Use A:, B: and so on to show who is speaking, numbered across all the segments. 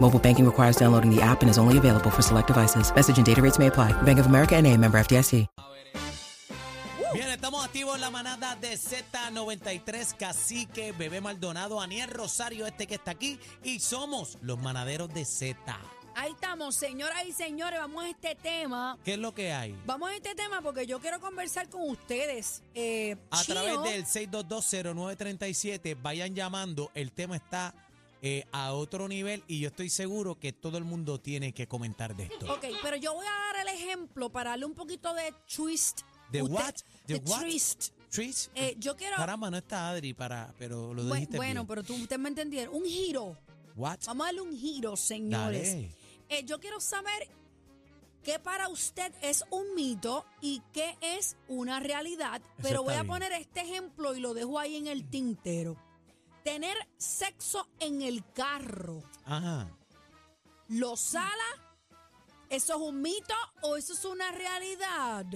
A: Mobile banking requires downloading the app and is only available for select devices. Message and data rates may apply. Bank of America and a member FDIC.
B: Bien, estamos activos en la manada de Z93, Cacique, Bebé Maldonado, Aniel Rosario, este que está aquí, y somos los manaderos de Z.
C: Ahí estamos, señoras y señores, vamos a este tema.
B: ¿Qué es lo que hay?
C: Vamos a este tema porque yo quiero conversar con ustedes. Eh,
B: A
C: Chino,
B: través del 6220937, vayan llamando, el tema está eh, a otro nivel y yo estoy seguro que todo el mundo tiene que comentar de esto.
C: Ok, pero yo voy a dar el ejemplo para darle un poquito de twist.
B: ¿De
C: Usted-
B: what?
C: De
B: ¿De what?
C: twist.
B: Trish,
C: Eh, yo quiero...
B: caramba, no está Adri, para, pero lo
C: Bu-
B: dijiste
C: Pues, bueno,
B: bien.
C: pero tú, ustedes me entendieron. Un giro.
B: What?
C: Vamos a darle un giro, señores.
B: Dale.
C: Eh, yo quiero saber qué para usted es un mito y qué es una realidad, pero voy
B: está
C: a
B: bien.
C: poner este ejemplo y lo dejo ahí en el tintero. Tener sexo en el carro,
B: Ajá.
C: ¿lo sala? ¿Eso es un mito o eso es una realidad?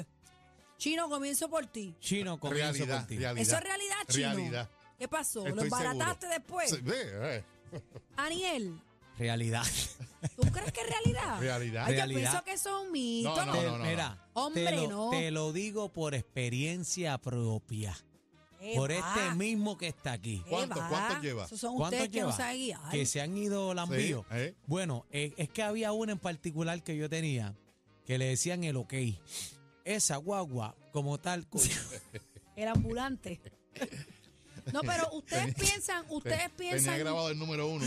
C: Chino, comienzo por ti.
B: Chino, comienzo
D: Realidad,
B: contigo.
D: realidad.
C: ¿Eso es realidad, Chino?
D: Realidad.
C: ¿Qué pasó? ¿Lo
D: Estoy
C: embarataste
D: seguro.
C: después?
D: Sí, eh,
C: Aniel,
B: Realidad.
C: ¿tú crees que es realidad?
D: eh, realidad.
C: Ay, yo
B: Realidad.
C: pienso que eso es un mito.
D: No, no,
B: Te-
D: no, no.
B: Mira,
C: Hombre,
B: te, lo,
C: no.
B: te lo digo por experiencia propia.
C: Eh,
B: por
C: va.
B: este mismo que está aquí.
C: ¿Qué
D: ¿Cuánto-
C: va?
D: cuánto lleva?
C: Esos son
B: ¿Cuánto
C: ustedes que no
B: lleva?
C: saben guiar.
B: Que se han ido lambíos.
D: Sí, eh.
B: Bueno, eh, es que había una en particular que yo tenía que le decían el ok. Esa guagua, como tal, co-
C: El ambulante. No, pero ustedes piensan, ustedes
D: Tenía
C: piensan.
D: grabado el número uno.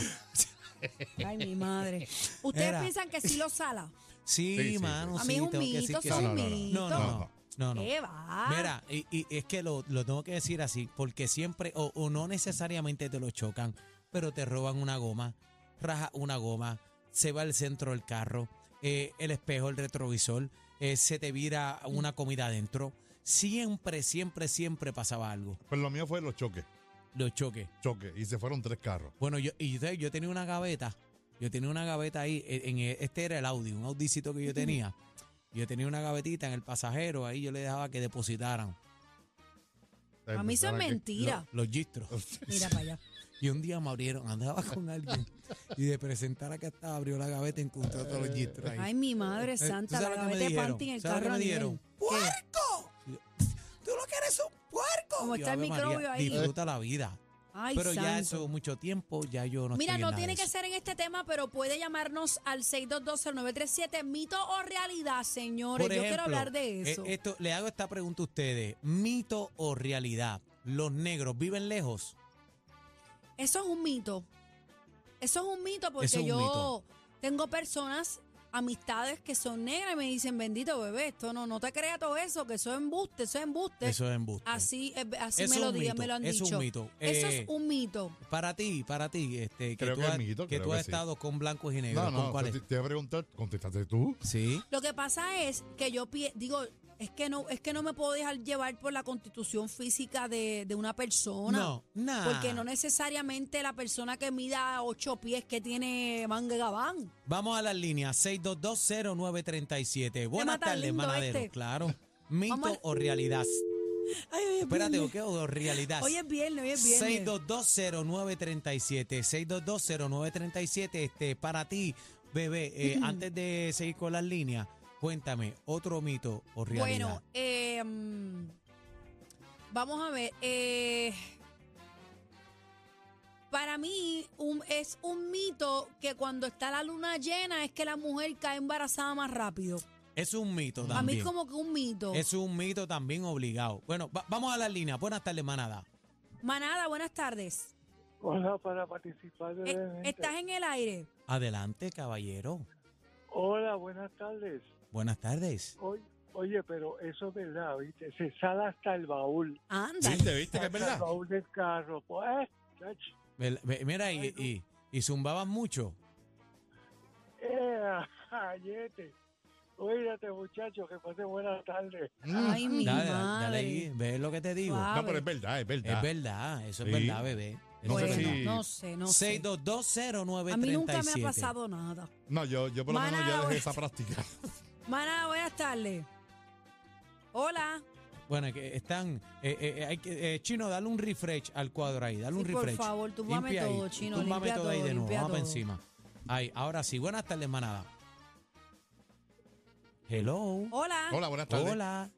C: Ay, mi madre. Ustedes
B: Era.
C: piensan que sí lo sala.
B: sí,
D: Sí, sí,
B: mano,
C: A
B: sí,
C: mí es un
B: tengo que decir
C: mito,
B: que
C: eso
B: sí.
C: es un
D: no, Eh, no,
B: No,
C: mito.
D: no.
B: no, no. no, no.
C: ¿Qué va?
B: Mira, y, y es que lo, lo tengo que decir así, porque siempre, o, o no necesariamente te lo chocan, pero te roban una goma, raja una goma, se va al centro del carro, eh, el espejo, el retrovisor, eh, se te vira una comida adentro. Siempre, siempre, siempre pasaba algo,
D: Pues lo mío fue los choques.
B: los choques.
D: Choques. Y se fueron tres carros.
B: Bueno, yo, y yo, yo tenía una gaveta, yo tenía una gaveta ahí, en, en- este era el Audi, un audicito que yo tenía. Yo tenía una gavetita en el pasajero, ahí yo le dejaba que depositaran
C: A mí eso es mentira.
B: los gistros.
C: Mira para allá.
B: Y un día me abrieron, andaba con alguien y de presentar a que estaba, abrió la gaveta y encontró todos los gistros ahí.
C: Eh, Ay, mi madre
B: Eh,
C: santa,
B: ¿tú
C: la
B: sabes lo que me
C: gaveta de
B: dijeron?
C: panty en el
B: ¿Sabes lo que me
C: carro. Aniel.
B: dijeron?
C: ¿Qué?
B: ¡Puerco! ¡Tú lo que eres es un puerco!
C: Como
B: Yo,
C: está el
B: Ave María,
C: microbio ahí.
B: Disfruta la vida.
C: Ay,
B: Pero ya
C: santo.
B: eso es mucho tiempo, ya yo no
C: Mira,
B: estoy en
C: no
B: nada
C: tiene
B: de
C: que
B: eso.
C: ser en este tema, pero puede llamarnos al 6220937, mito o realidad, señores.
B: Por
C: Yo quiero
B: ejemplo,
C: hablar de eso.
B: eh, esto, le hago esta pregunta a ustedes. ¿Mito o realidad? ¿Los negros viven lejos?
C: Eso es un mito. Eso es un mito porque
B: Eso es un
C: yo
B: mito.
C: tengo personas, amistades que son negras y me dicen, bendito bebé, esto no, no te creas todo eso, que eso es embuste, eso es embuste.
B: Eso es embuste.
C: Así, eh, así
B: Eso
C: me
B: es
C: lo
B: un
C: digan,
B: mito,
C: me lo han
B: eso es un
C: dicho.
B: mito.
C: Eso
B: Eh,
C: es un mito.
B: Para ti, para ti, este, que
D: Creo
B: tú
D: que es
B: has,
D: mito,
B: que
D: creo
B: tú
D: que
B: has
D: sí.
B: estado con blancos y negros.
D: No,
B: Eh, ¿Con
D: no.
B: cuáles?
D: Te, te voy a preguntar, contestaste tú.
B: Sí.
C: Lo que pasa es que yo pie- digo, es que no, es que no me puedo dejar llevar por la constitución física de, de una persona.
B: No, nada.
C: Porque no necesariamente la persona que mida ocho pies que tiene manga y gabán.
B: Vamos a las líneas 6220937. Buenas
C: mata
B: tardes,
C: lindo
B: manadero.
C: este.
B: Claro. ¿Mito
C: Vamos a-
B: o realidad?
C: Ay, oye, pues,
B: Espérate, ¿o ¿qué o realidad?
C: Hoy es viernes, hoy es viernes.
B: 6220937. 6220937. Este, para ti, bebé, eh, antes de seguir con las líneas, cuéntame, ¿otro mito o realidad?
C: bueno, eh, mm, vamos a ver. eh, para mí un- es un mito que cuando está la luna llena es que la mujer cae embarazada más rápido.
B: es un mito
C: A mí
B: también.
C: es como que un mito.
B: Es un mito también obligado. Bueno, va- vamos a las líneas. Buenas tardes, manada.
C: Manada, buenas tardes.
E: Hola, para participar
C: Eh,
E: brevemente.
C: estás en el aire.
B: Adelante, caballero.
E: Hola, buenas tardes.
B: Buenas tardes.
E: Oy- Oye, pero eso es verdad, ¿viste? Se sale hasta el baúl.
C: Anda.
D: ¿Viste, viste
E: Hasta
D: que es
E: el
D: verdad?
E: baúl del carro. Pues, eh, chach,
B: Vel- ve- Mira, y, y, y zumbaban mucho.
E: eh, ayete. Cuídate, muchachos, que pasen buenas tardes.
C: Ay, mi
B: Dale, dale, dale ahí,
C: madre.
B: ve lo que te digo.
C: Wow.
D: No, pero es verdad, es
B: Es
D: verdad.
B: verdad, eso es
D: Ah. Sí.
B: verdad, bebé. Eso
D: No sé
B: es
C: Bueno,
B: verdad.
D: si-
C: no sé, no sé.
B: 6220937.
C: A mí nunca me ha pasado nada.
D: No, yo, yo por lo menos
C: Manada,
D: ya dejé
C: bueno.
D: esa práctica.
C: Manada, buenas tardes. Hola.
B: Bueno, que están. eh, eh, eh, hay que- eh, chino, dale un refresh al cuadro ahí. Dale
C: Sí,
B: un
C: por
B: refresh.
C: favor, túmbame
B: Limpia ahí,
C: todo, Chino,
B: túmbame
C: limpia
B: todo ahí
C: todo,
B: de nuevo.
C: limpia
B: Vamos para
C: todo.
B: encima. Ahí, ahora sí. Buenas tardes, manada. Hello.
C: Hola.
D: Hola, buenas tardes.
B: Hola.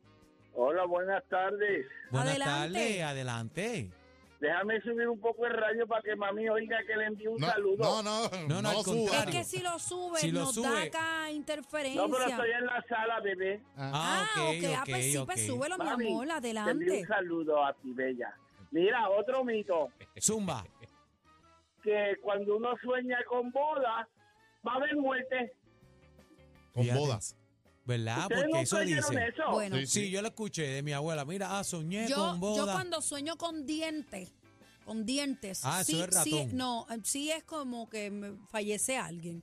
F: Hola, buenas tardes.
B: Buenas
C: Adelante.
B: tardes. Adelante.
F: Déjame subir un poco el radio para que mami oiga que le envíe un
D: No,
F: saludo.
D: no, no,
B: No,
D: no,
B: no, al
D: suba.
C: Es que si lo subes,
B: Si lo
C: nos da
B: sube-
C: acá interferencia.
F: No, pero estoy en la sala, bebé.
C: Ah, ok, ah, pues sí,
B: ok.
C: pues súbelo, mi
F: Mami,
C: amor,
F: Te envío
C: adelante.
F: un saludo a ti, bella. Mira, otro mito,
B: Zumba.
F: que cuando uno sueña con boda, va a haber muerte.
D: Con
B: Fíjate.
D: bodas.
B: ¿Verdad?
F: ¿Ustedes
B: Ah, Porque
F: no
B: eso
F: creyeron
B: dice.
F: eso?
C: Bueno,
D: Sí,
B: Sí, yo lo escuché de mi abuela. Mira, ah, soñé
C: yo,
B: con boda.
C: yo cuando sueño con dientes, con dientes,
B: Ah, eso
C: sí,
B: es
C: sí,
B: ratón.
C: no, eh, sí es como que me fallece alguien.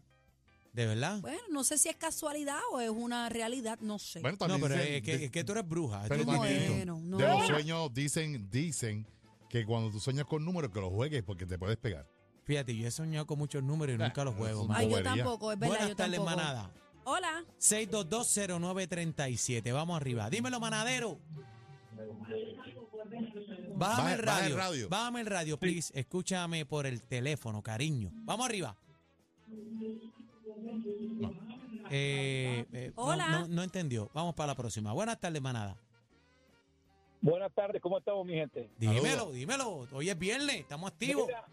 B: ¿De verdad?
C: Bueno, no sé si es casualidad o es una realidad, no sé.
D: Bueno,
B: No,
D: también
B: pero
D: dicen-
B: es que,
D: di-
B: es que tú eres bruja.
D: pero
B: tú-
C: no
D: también
C: es,
D: dicen-
C: no.
D: de los sueños dicen, dicen que cuando tú sueñas con números que los juegues porque te puedes pegar.
B: Fíjate, yo he soñado con muchos números y
D: Ah,
B: nunca los juego.
D: eso
B: man.
C: Ay, yo
D: bobería.
C: tampoco, es verdad, yo
B: Buenas tardes,
C: tampoco.
B: manada.
C: Hola.
B: 6220937. Vamos arriba. Dímelo, manadero. Bájame
D: Baja-
B: el
D: baja el
B: radio.
D: radio.
B: Bájame el radio, please. Escúchame por el teléfono, cariño. Vamos arriba. No. Eh, eh, no-
C: Hola.
B: No, no entendió. Vamos para la próxima. Buenas tardes, manada.
G: Buenas tardes, ¿cómo estamos, mi gente?
B: Dímelo,
D: Saludos.
B: dímelo. Hoy es viernes, estamos activos.
G: Mira,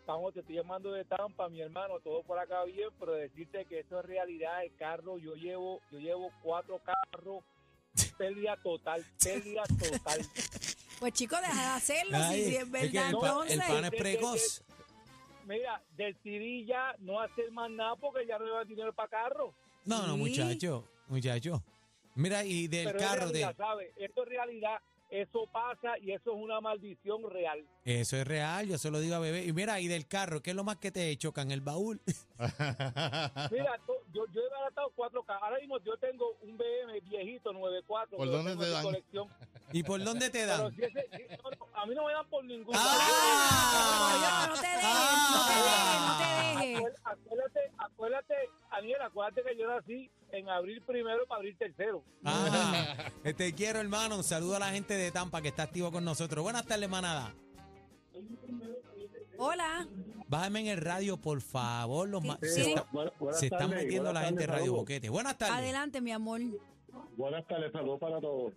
G: Estamos, te estoy llamando de Tampa, mi hermano, todo por acá bien, pero decirte que eso es realidad, el carro, yo llevo, yo llevo cuatro carros, pérdida total, pérdida total.
C: Pues chicos, deja de hacerlo
B: Ay,
C: si, si es
B: es
C: verdad.
B: que el, pa- el
C: entonces,
B: pan es precoz.
G: Mira, decidí ya no hacer más nada porque ya no lleva dinero para carro.
B: No, no,
C: Sí.
B: muchacho, muchacho. Mira, y del
G: pero
B: carro
G: es
B: de...
G: realidad, ¿sabes? Esto es realidad, eso pasa y eso es una maldición real.
B: Eso es real, yo se lo digo a bebé. Y mira, y del carro, ¿qué es lo más que te chocan? El baúl.
G: Mira, to- yo, yo he baratado cuatro carros, ahora mismo yo tengo un BM viejito, 94,
D: ¿Por
G: que lo
D: dónde
G: tengo
D: te
G: en mi
D: dan?
G: colección.
B: ¿Y por dónde te
G: Pero
B: dan?
G: si ese- si- no, no, a mí no me dan por ningún
C: Ah, no, no te dejes,
B: Ah.
C: no te
D: Ah.
C: dejes, no te dejes.
G: Acuérdate, acuérdate, acuérdate, Daniel, acuérdate que yo nací en abril primero para abril tercero.
B: Ah, te quiero, hermano. Un saludo a la gente de Tampa que está activo con nosotros. Buenas tardes, manada.
C: Hola.
B: Bájame en el radio, por favor. Los ma-
C: Sí,
B: se,
C: sí.
B: está- se están metiendo la gente en Radio Boquete. Buenas tardes.
C: Adelante, mi amor.
H: Buenas tardes, saludos para todos.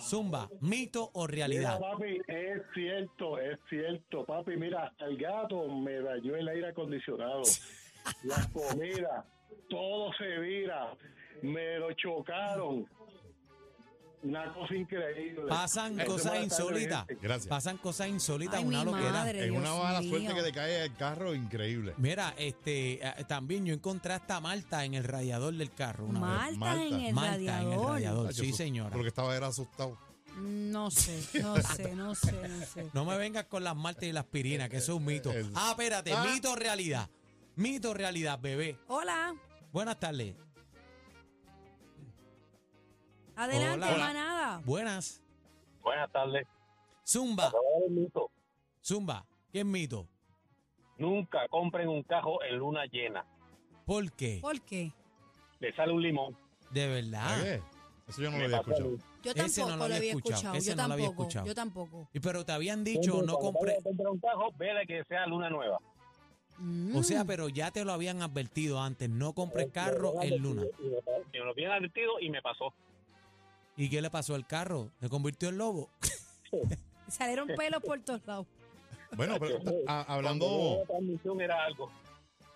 B: Zumba, mito o
H: Mira,
B: realidad.
H: papi, es cierto, es cierto, papi. Mira, el gato me dañó el aire acondicionado, la comida, todo se vira, me lo chocaron. Una cosa increíble.
B: Pasan
H: Eso
B: cosas
H: buenas tardes,
B: insólitas.
H: gente.
D: Gracias.
B: Pasan cosas insólitas,
C: Ay,
B: una
C: mi
B: loquera.
C: madre,
D: es una
C: Dios
D: mala suerte
C: mío.
D: que le cae al carro increíble.
B: Mira, este, eh, también yo encontré hasta Malta en el radiador del carro una vez.
C: Malta,
D: Malta.
C: en el
B: Malta en
C: radiador.
B: el radiador,
D: Ay, yo
B: sí
D: su-
B: señora.
D: Porque estaba era asustado.
C: No sé, no sé, no sé, no sé.
B: No me vengas con las maltas y la aspirina, que eso es un mito.
D: El-
B: Ah, espérate,
D: Ah.
B: mito o realidad. Mito o realidad, bebé.
C: Hola.
B: Buenas tardes.
C: Adelante,
B: Hola.
C: manada.
B: Buenas.
G: Buenas tardes.
B: Zumba,
G: mito.
B: zumba. ¿Qué es mito?
G: Nunca compren un cajo en luna llena.
B: ¿Por qué?
C: ¿Por qué?
G: Le sale un limón.
B: De verdad.
D: ¿Qué? Eso yo no lo había escuchado.
C: Yo
B: Ese no
C: tampoco
B: lo
C: lo
B: había
C: había
B: escuchado,
C: escuchado.
B: ese
C: Yo
B: no lo había
C: tampoco.
B: escuchado.
C: Yo tampoco.
B: Y Pero te habían dicho no compré.
G: comprar un cajo, vele que sea luna nueva.
B: O sea,
C: Mm.
B: pero ya te lo habían advertido antes. No
D: Eh,
B: compres carro en luna.
G: Y me lo piden advertido y me pasó.
B: ¿Y qué le pasó al carro? ¿Se convirtió en lobo?
C: salieron pelos por todos lados.
D: Bueno, pero a-
G: Cuando yo
D: hablando,
G: la transmisión era algo.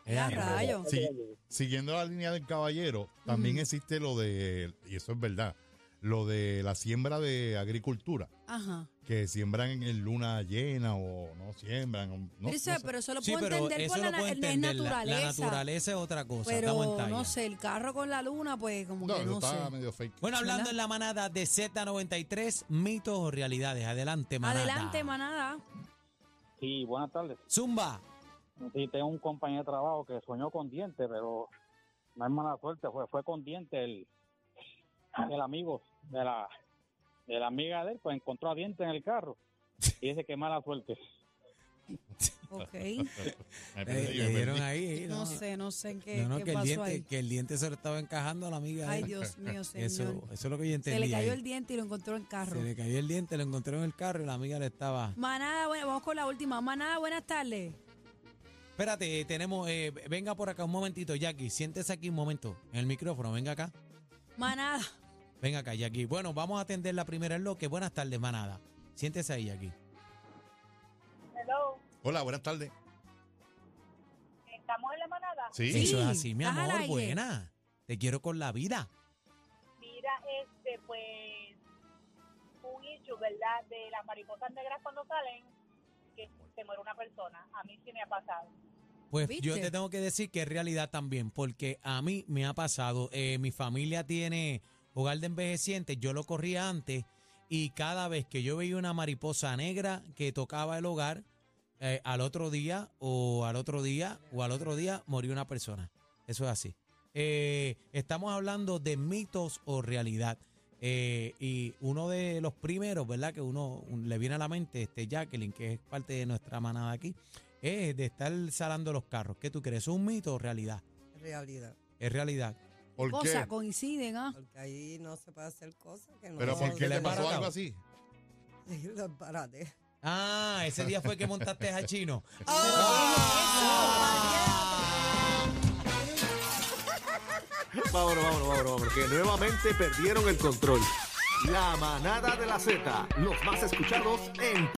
C: Ya,
B: Eh,
C: rayo.
D: sí, siguiendo la línea del caballero, también
C: Ujú.
D: existe lo de, y eso es verdad, lo de la siembra de agricultura.
C: Ajá.
D: que siembran en luna llena o no siembran. o No,
C: Dice,
D: no sé.
C: pero eso lo
B: Sí,
C: puedo
B: pero
C: entender
B: eso
C: por la,
B: lo puedo
C: na- no es
B: entender. La,
C: naturaleza.
B: la naturaleza es otra cosa. estamos en
C: pero
B: talla.
C: no sé, el carro con la luna, pues como
D: No,
C: que
D: eso
C: no
D: está
C: sé.
D: medio fake.
B: Bueno, hablando
C: ¿Verdad?
B: en la manada de Z93, mitos o realidades. Adelante, manada.
C: Adelante, manada.
G: Sí, buenas tardes.
B: Zumba.
G: Sí, tengo un compañero de trabajo que soñó con dientes, pero no es mala suerte, fue, fue con dientes el, el amigo de la, de la amiga de él, pues encontró a dientes en el carro. Y dice que mala suerte.
C: Ok.
D: Ay,
B: Eh,
D: perdí,
B: le
D: perdí.
B: dieron ahí. eh,
C: No sé, no sé en qué,
B: No, no,
C: qué
B: que el,
C: pasó
B: diente,
C: ahí.
B: que el diente se lo estaba encajando a la amiga.
C: Ay,
B: ahí.
C: Dios mío, señor.
B: eso, eso es lo que yo entendí.
C: Se le cayó
B: ahí.
C: el diente y lo encontró en carro.
B: Se le cayó el diente, lo encontró en el carro y la amiga le estaba.
C: Manada, buena- vamos con la última. Manada, buenas tardes.
B: Espérate, eh, tenemos. eh, venga por acá un momentito, Jackie. Siéntese aquí un momento en el micrófono. Venga acá.
C: Manada.
B: Venga acá, Jackie. Bueno, vamos a atender la primera en lo que. Buenas tardes, manada. Siéntese ahí, Jackie.
I: Hello,
D: Hola, buenas tardes.
I: ¿estamos en la manada?
D: Sí.
B: Eso es así, mi
C: estás al
B: amor.
C: aire.
B: Buena. Te quiero con la vida.
I: Mira, este, pues, un issue, ¿verdad? De las mariposas negras cuando salen, que se muere una persona. A mí sí me ha pasado.
B: Pues yo
C: ¿Viste?
B: te tengo que decir que es realidad también, porque a mí me ha pasado. eh, mi familia tiene hogar de envejecientes, yo lo corría antes, y cada vez que yo veía una mariposa negra que tocaba el hogar, eh, al otro día, o al otro día, o al otro día, moría una persona. Eso es así. Eh, estamos hablando de mitos o realidad. Eh, y uno de los primeros, ¿verdad? Que uno un- le viene a la mente, este Jacqueline, que es parte de nuestra manada aquí, es de estar salando los carros. ¿Qué tú crees? ¿Es un mito o realidad?
J: realidad.
B: Es realidad.
D: ¿Por
C: Cosas
D: qué?
C: coinciden, ¿ah?
J: Porque ahí no se puede hacer cosas que no
D: ¿Pero por qué
B: le
D: le
J: se-
D: pasó
B: barata.
D: algo así?
J: Sí, lo embarate.
B: Ah, ese día fue que montaste a Chino.
K: Vámonos, vámonos, vámonos, vámonos, que nuevamente perdieron el control. La manada de la Z, los más escuchados en